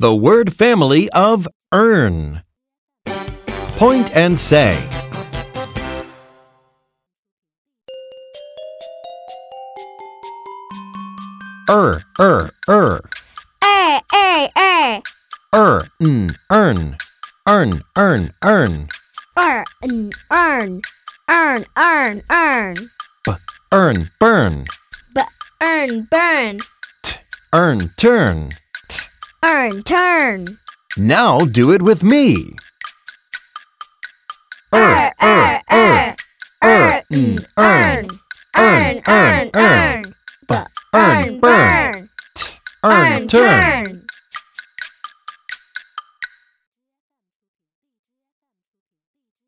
The word family of earn. Point and say. Er, er, er, 二二二 er, n, earn, earn, earn, earn, 二嗯二二二二 earn, burn, b 二 burn earn, turn. 二 turn Now do it with me. Er, er, er, 二嗯二二二二 earn, burn, earn, turn.